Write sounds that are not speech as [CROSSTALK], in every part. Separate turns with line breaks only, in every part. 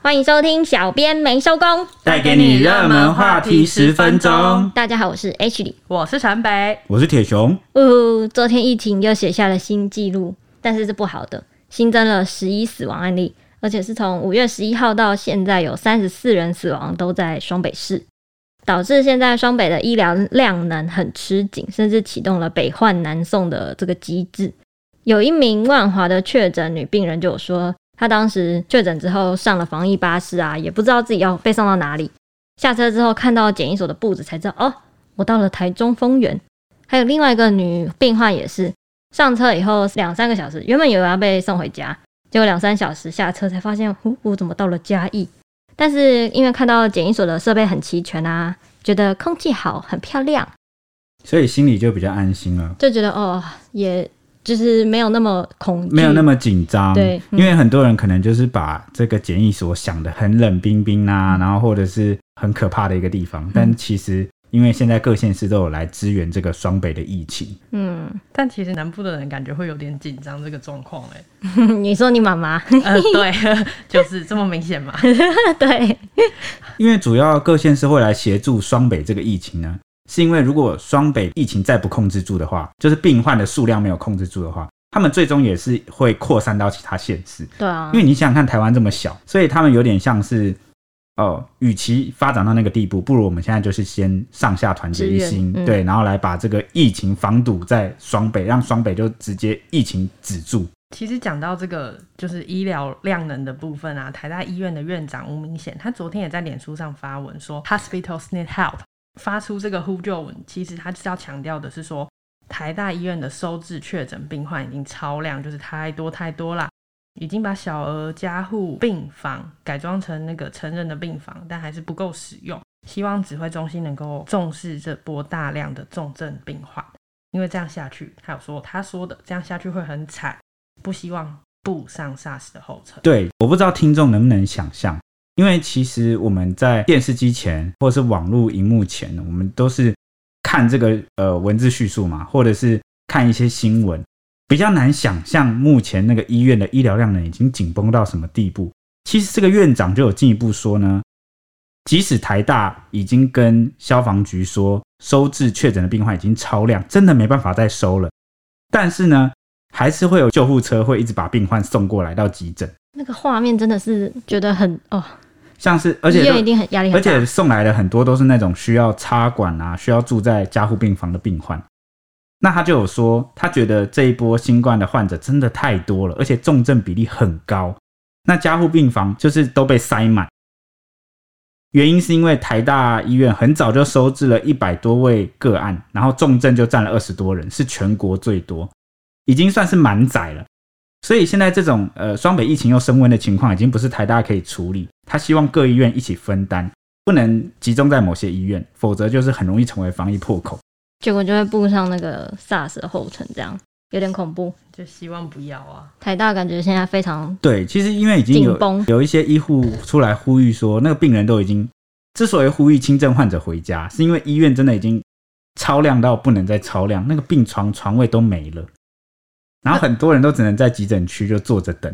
欢迎收听《小编没收工》，
带给你热门话题十分钟。
大家好，我是 H 李。
我是陈北，
我是铁熊，
呜、呃昨天疫情又写下了新纪录，但是是不好的，新增了十一死亡案例，而且是从五月十一号到现在有三十四人死亡，都在双北市，导致现在双北的医疗量能很吃紧，甚至启动了北患南送的这个机制。有一名万华的确诊女病人就有说，她当时确诊之后上了防疫巴士啊，也不知道自己要被送到哪里，下车之后看到检疫所的布置才知道，哦，我到了台中丰原。还有另外一个女病患也是，上车以后两三个小时，原本以为要被送回家，结果两三小时下车才发现，呼，我怎么到了嘉义？但是因为看到检疫所的设备很齐全啊，觉得空气好，很漂亮，
所以心里就比较安心了，
就觉得哦，也就是没有那么恐惧，
没有那么紧张。
对嗯
因为很多人可能就是把这个检疫所想的很冷冰冰啊，
嗯
然后或者是很可怕的一个地方，但其实因为现在各县市都有来支援这个双北的疫情，
嗯， [LAUGHS]
但其实南部的人感觉会有点紧张这个状况哎，
你说你妈妈
[LAUGHS]
[LAUGHS]
呃，对， [LAUGHS] 就是这么明显嘛。 [LAUGHS]
对，
因为主要各县市会来协助双北这个疫情呢，是因为如果双北疫情再不控制住的话，就是病患的数量没有控制住的话，他们最终也是会扩散到其他县市。
对啊
因，为你想想看，台湾这么小，所以他们有点像是，哦，与其发展到那个地步，不如我们现在就是先上下团结一心
支，援嗯
对，然后来把这个疫情防堵在双北，让双北就直接疫情止住。
其实讲到这个就是医疗量能的部分啊，台大医院的院长吴明显，他昨天也在脸书上发文说，hospitals need help，发出这个呼救文，其实他是要强调的是说，台大医院的收治确诊病患已经超量，就是太多太多啦，已经把小儿加护病房改装成那个成人的病房，但还是不够使用，希望指挥中心能够重视这波大量的重症病患，因为这样下去，他有说他说的这样下去会很惨。不希望步上 SARS 的后尘。
对，我不知道听众能不能想象，因为其实我们在电视机前或是网络荧幕前，我们都是看这个呃文字叙述嘛，或者是看一些新闻，比较难想象目前那个医院的医疗量能已经紧绷到什么地步。其实这个院长就有进一步说呢，即使台大已经跟消防局说收治确诊的病患已经超量，真的没办法再收了，但是呢，还是会有救护车会一直把病患送过来到急诊。
那个画面真的是觉得很哦，
像是而且
医
都
院一定很压力
而
很大，
且送来的很多都是那种需要插管啊，需要住在加护病房的病患。那他就有说，他觉得这一波新冠的患者真的太多了，而且重症比例很高。那加护病房就是都被塞满，原因是因为台大医院很早就收治了一百多位个案，然后重症就占了二十多人，是全国最多，已经算是满载了。所以现在这种呃双北疫情又升温的情况，已经不是台大可以处理。他希望各医院一起分担，不能集中在某些医院，否则就是很容易成为防疫破口。
结果就会步上那个 SARS 的后尘，这样有点恐怖。
就希望不要啊。
台大感觉现在非常
对，其实因为已经
紧
有
绷
有一些医护出来呼吁说，那个病人都已经之所以呼吁轻症患者回家，是因为医院真的已经超量到不能再超量，那个病床床位都没了，然后很多人都只能在急诊区就坐着等。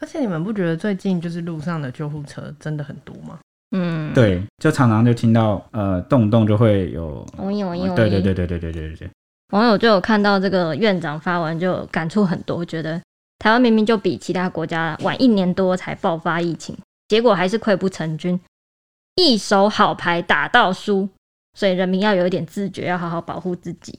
而且你们不觉得最近就是路上的救护车真的很多吗？
嗯，，
对，就常常就听到呃动不动就会有。
我一我一我一，
哦对对对对对对对对对，
网友就有看到这个院长发文，就有感触很多，觉得台湾明明就比其他国家晚一年多才爆发疫情，结果还是溃不成军，一手好牌打到输，所以人民要有一点自觉，要好好保护自己。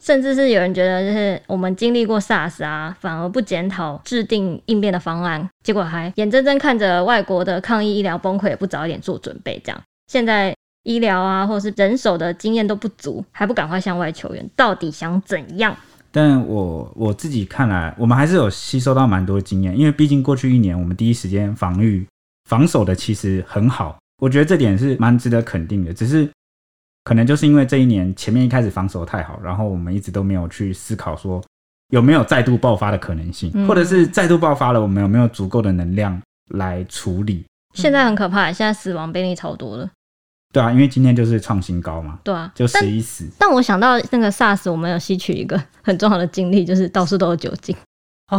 甚至是有人觉得，就是我们经历过 SARS 啊，反而不检讨制定应变的方案，结果还眼睁睁看着外国的抗疫医疗崩溃，也不早一点做准备，这样现在医疗啊，或者是人手的经验都不足，还不赶快向外求援，到底想怎样？
但我我自己看来，我们还是有吸收到蛮多经验，因为毕竟过去一年我们第一时间防御防守的其实很好，我觉得这点是蛮值得肯定的。只是可能就是因为这一年前面一开始防守得太好，然后我们一直都没有去思考说有没有再度爆发的可能性，
嗯
或者是再度爆发了，我们有没有足够的能量来处理？
现在很可怕，现在死亡病例超多了，
对啊，因为今天就是创新高嘛，
对啊，
就
但
十一死。
但我想到那个 SARS，我们有吸取一个很重要的经历，就是到处都有酒精，
哦，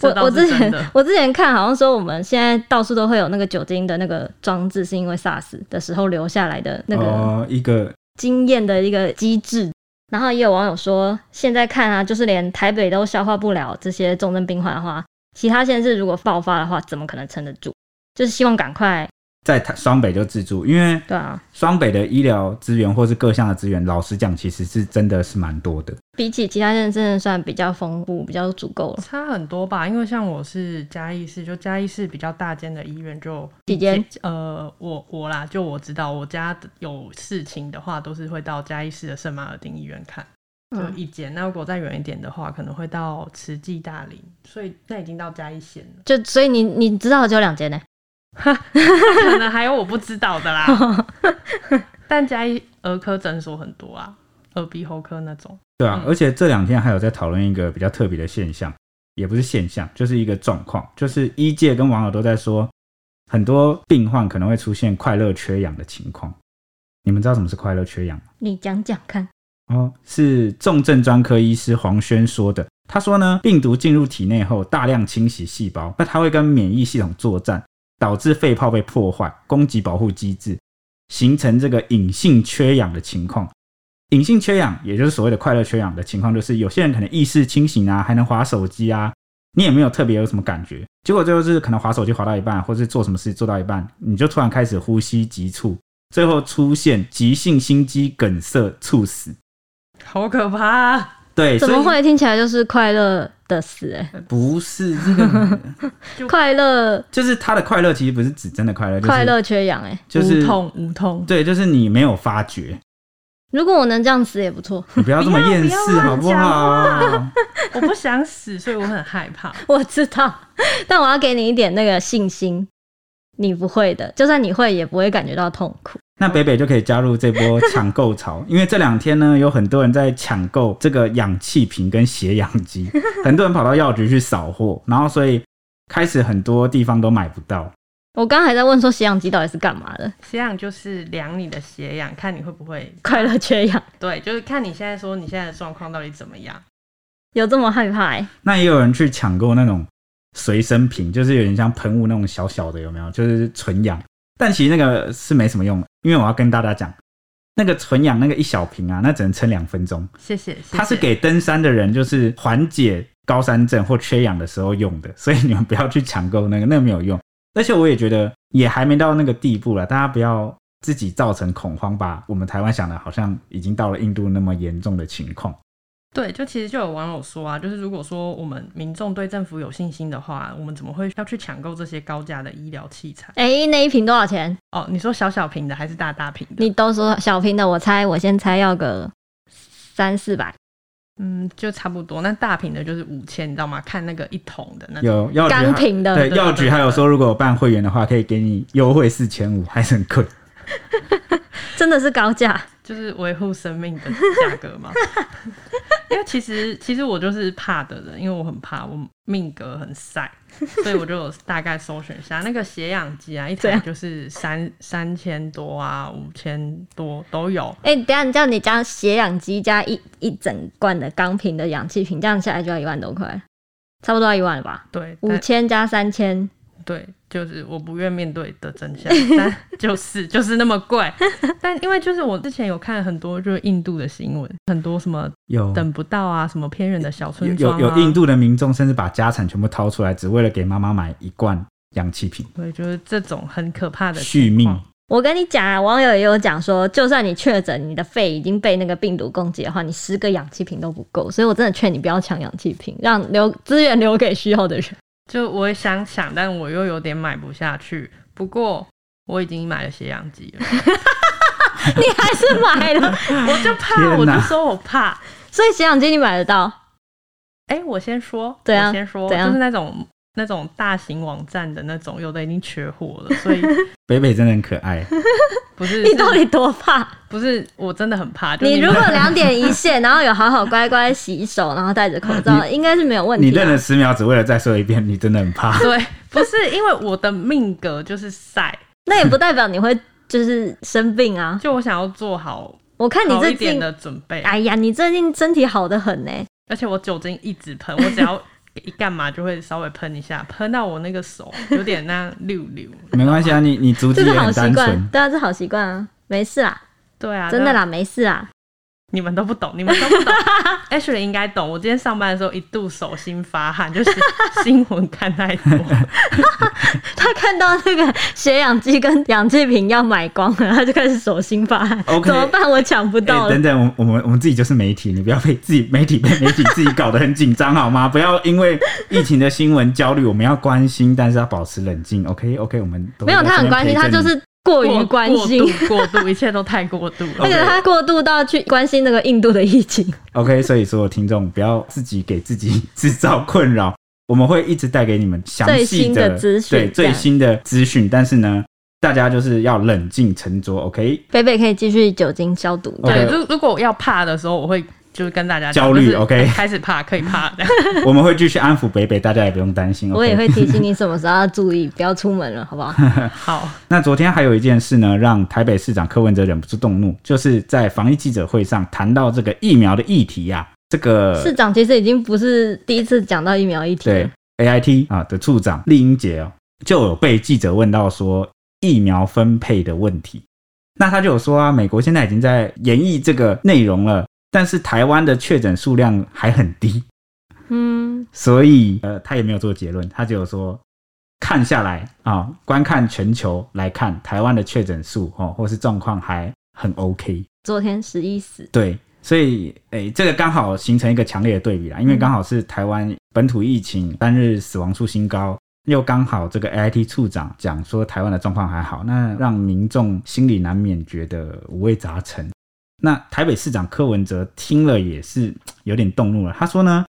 我
这倒
我
是
之
真
前
的
[LAUGHS] 我之前看好像说我们现在到处都会有那个酒精的那个装置，是因为 SARS 的时候留下来的那个
哦，一个
经验的一个机制。然后也有网友说，现在看啊，就是连台北都消化不了这些重症病患的话，其他县市如果爆发的话，怎么可能撑得住？就是希望赶快，
在台双北就自助，因为
对啊，
双北的医疗资源或是各项的资源，老实讲，其实是真的是蛮多的。
比起其他县市真的算比较丰富，比较足够了。
嗯
[LAUGHS] 差很多吧，因为像我是嘉义市，就嘉义市比较大间的医院就
几间，
呃，我我啦，就我知道我家有事情的话，都是会到嘉义市的圣马尔丁医院看，就
嗯，，
一间。那如果再远一点的话，可能会到慈济大林，所以那已经到嘉义县了
就所以你你知道的只有两间呢，
可能还有我不知道
[LAUGHS]
的啦。
啊
但嘉义儿科诊所很多啊，耳鼻喉科那种。
对啊，
嗯
而且这两天还有在讨论一个比较特别的现象，也不是现象，就是一个状况，就是医界跟网友都在说，很多病患可能会出现快乐缺氧的情况。你们知道什么是快乐缺氧吗？
你讲讲看。
哦，是重症专科医师黄轩说的。他说呢，病毒进入体内后大量清洗细胞，那它会跟免疫系统作战，导致肺泡被破坏，攻击保护机制，形成这个隐性缺氧的情况。隐性缺氧，也就是所谓的快乐缺氧的情况，就是有些人可能意识清醒啊，还能划手机啊，你也没有特别有什么感觉，结果最后就是可能划手机划到一半，或是做什么事做到一半，你就突然开始呼吸急促，最后出现急性心肌梗塞猝死。
好可怕、啊！
对，
怎
所
么
以
会听起来就是快乐的死、欸？
不是这个？ [LAUGHS]
快乐
嗯就是他的快乐其实不是指真的快乐，就是
快乐缺氧哎、
就是
无痛无痛，
对，就是你没有发觉，
如果我能这样死也不错，
你不要这么厌世好
不
不
要
好？
我不想死，所以我很害怕。
[LAUGHS] 我知道，但我要给你一点那个信心，你不会的，就算你会也不会感觉到痛苦。
那北北就可以加入这波抢购潮， [LAUGHS] 因为这两天呢，有很多人在抢购这个氧气瓶跟血氧机，很多人跑到药局去扫货，然后所以开始很多地方都买不到。
我刚还在问说血氧机到底是干嘛的？ [LAUGHS]
血氧就是量你的血氧，看你会不会
快乐缺氧
对，就是看你现在说你现在的状况到底怎么样。
有这么害怕、欸？
那也有人去抢购那种随身瓶，就是有点像喷雾那种小小的，有没有？就是纯氧，但其实那个是没什么用的，因为我要跟大家讲，那个纯氧那个一小瓶啊，那只能撑两分钟，
谢谢，谢谢
它是给登山的人，就是缓解高山症或缺氧的时候用的，所以你们不要去抢购那个，那个没有用。而且我也觉得也还没到那个地步了，大家不要自己造成恐慌，把我们台湾想的好像已经到了印度那么严重的情况。
对，就其实就有网友说啊，就是如果说我们民众对政府有信心的话，我们怎么会要去抢购这些高价的医疗器材？
哎、那一瓶多少钱？
哦，你说小小瓶的还是大大瓶的？
你都说小瓶的，我猜我先猜要个三四百，
嗯，就差不多。那大瓶的就是五千，你知道吗？看那个一桶的那种。
有要
钢瓶的
对，
对
药局
对
还有说，如果有办会员的话，可以给你优惠四千五，还是很贵。
真的是高价。
就是维护生命的价格嘛。因为其实其实我就是怕的人，因为我很怕，我命格很晒，所以我就有大概搜寻一下那个血氧机啊，一
这
台
样
就是三三千多啊，五千多都有。
哎、等一下你叫你加血氧机加一一整罐的钢瓶的氧气瓶，这样下来就要一万多块，差不多要一万了吧？
对，
五
但
千加三千，
对，就是我不愿面对的真相，
[LAUGHS]
但就是就是那么贵。但因为就是我之前有看很多就是印度的新闻，很多什么
有
等不到啊，什么偏远的小
有
村庄、
有
啊、
有印度的民众甚至把家产全部掏出来，只为了给妈妈买一罐氧气瓶，
对，就是这种很可怕的
续
情
命
况。
我跟你讲啊，网友也有讲说，就算你确诊你的肺已经被那个病毒攻击的话，你十个氧气瓶都不够，所以我真的劝你不要抢氧气瓶，让留资源留给需要的人。
就我也想抢，但我又有点买不下去。不过我已经买了血氧机
[LAUGHS]
了，
你还是买了，
我就
天
怕，
哪
我就说我怕。
所以血氧机你买得到，
哎、我先说，
怎样
我先说，
啊怎样
就是那种那种大型网站的那种，有的已经缺货
[LAUGHS]
了，所以
北北真的很可爱，
不是
你
是
到底多怕？
不是，我真的很怕。就
你
们。
如果两点一线，然后有好好乖乖洗手，然后戴着口罩， [LAUGHS] 应该是没有问
你
题、
认
啊
了。十秒，只为了再说一遍，你真的很怕 [LAUGHS]
[LAUGHS] 对，不是因为我的命格就是晒，
那也不代表你会就是生病啊。
就我想要做好
我看你哎
好
最
一一干嘛就会稍微喷一下，喷到我那个手有点那溜溜。
没关系啊，你你足迹
这是
也
好
很
习
单
惯
纯，，
对啊，这好习惯啊，没事啦，
对啊，
真的
就，
啦，没事啦。
你们都不懂，你们
[LAUGHS]
都不懂。Ashley 应该懂，我今天上班的时候一度手心发汗，就是新闻看太多。
他看到那个血氧机跟氧气瓶要买光了，他就开始手心发汗
OK
怎么办？我抢不
哎、
到了。
等等，我我们我们自己就是媒体，你不要被自己 [LAUGHS] 媒体被媒体自己搞得很紧张好吗？不要因为疫情的新闻焦虑，我们要关心，但是要保持冷静。OK OK，我们都
没有，
在
他
这
很
边
关心，
陪
他
着
就
你
是过于关心，
过度，过度，一切都太过度了。
[LAUGHS] 而且他过度到去关心那个印度的疫情。 [LAUGHS]
OK。所以所有听众不要自己给自己 [LAUGHS] 制造困扰，我们会一直带给你们详
最
细
新的资讯
对
这
最
样
新的资讯。但是呢，大家就是要冷静沉着，OK？
[LAUGHS] 北北可以继续酒精消毒。
OK
对，如如果要怕的时候，我会就是跟大家讲
焦虑
就是
OK
开始怕可以怕
[LAUGHS]
的。
我们会继续安抚北北，大家也不用担心。
我
OK
也会提醒你什么时候要注意，不要出门了，好不好？
[LAUGHS]
好，
那昨天还有一件事呢，让台北市长柯文哲忍不住动怒，就是在防疫记者会上谈到这个疫苗的议题啊，这
市
个
长其实已经不是第一次讲到疫苗议题
对
了，
AIT 啊的处长厉英杰哦，就有被记者问到说疫苗分配的问题，那他就有说啊，美国现在已经在研议这个内容了，但是台湾的确诊数量还很低，
嗯，
所以呃，他也没有做结论，他只有说看下来啊，观看全球来看，台湾的确诊数哦，或是状况还很 OK。
昨天十一死，
对，所以诶、这个刚好形成一个强烈的对比啦，因为刚好是台湾本土疫情单日死亡数新高。又刚好这个 AIT 处长讲说台湾的状况还好，那让民众心里难免觉得五味杂陈。那台北市长柯文哲听了也是有点动怒了，他说呢，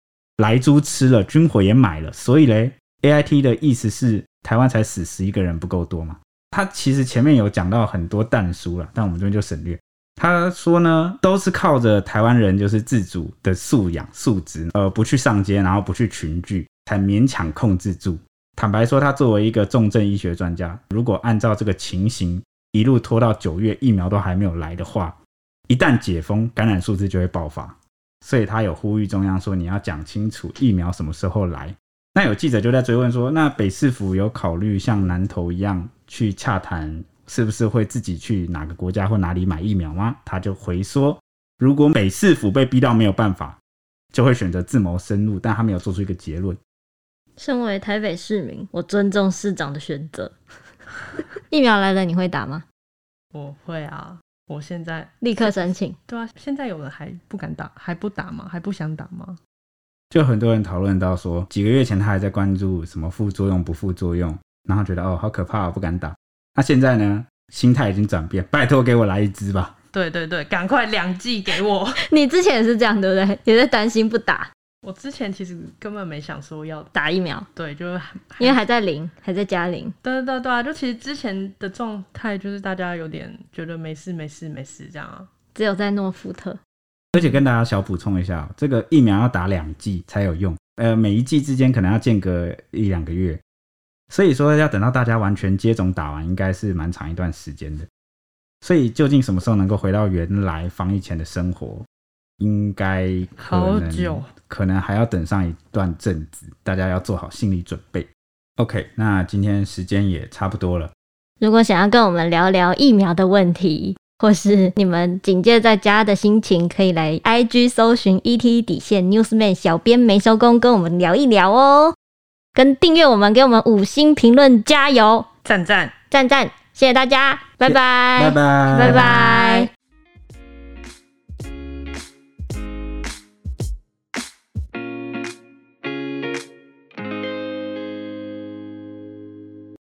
莱猪吃了，军火也买了，所以嘞，AIT 的意思是台湾才死十一个人不够多嘛？他其实前面有讲到很多弹书了，但我们这边就省略。他说呢，都是靠着台湾人就是自主的素养素质，呃，不去上街，然后不去群聚，才勉强控制住。坦白说，他作为一个重症医学专家，如果按照这个情形一路拖到九月，疫苗都还没有来的话，一旦解封，感染数字就会爆发。所以他有呼吁中央说，你要讲清楚疫苗什么时候来。那有记者就在追问说，那北市府有考虑像南投一样去洽谈，是不是会自己去哪个国家或哪里买疫苗吗？他就回说，如果北市府被逼到没有办法，就会选择自谋生路，但他没有做出一个结论。
身为台北市民，我尊重市长的选择。 [LAUGHS] 疫苗来了，你会打吗？
我会啊，我现在
立刻申请。
对啊，现在有人还不敢打，还不打吗？还不想打吗？
就很多人讨论到说，几个月前他还在关注什么副作用不副作用，然后觉得哦好可怕，不敢打。那现在呢，心态已经转变，拜托给我来一支吧。
对对对，赶快两剂给我！ [LAUGHS]
你之前也是这样，对不对？也在担心不打
我之前其实根本没想说要，
打疫苗，
对，就是
因为还在零，还在加零。
对对对啊，就其实之前的状态就是大家有点觉得没事没事没事这样啊。
只有在诺福特，
而且跟大家小补充一下哦，这个疫苗要打两剂才有用，呃，每一剂之间可能要间隔一两个月，所以说要等到大家完全接种打完，应该是蛮长一段时间的。所以究竟什么时候能够回到原来防疫前的生活，应该可
好
能
久
可能还要等上一段阵子，大家要做好心理准备。OK，那今天时间也差不多了，
如果想要跟我们聊聊疫苗的问题，或是你们警戒在家的心情，可以来 IG 搜寻 ET 底线 Newsman 小编没收工，跟我们聊一聊哦。跟订阅我们，给我们五星评论，加油，
赞赞。
赞赞，谢谢大家，拜拜，
拜拜，
拜拜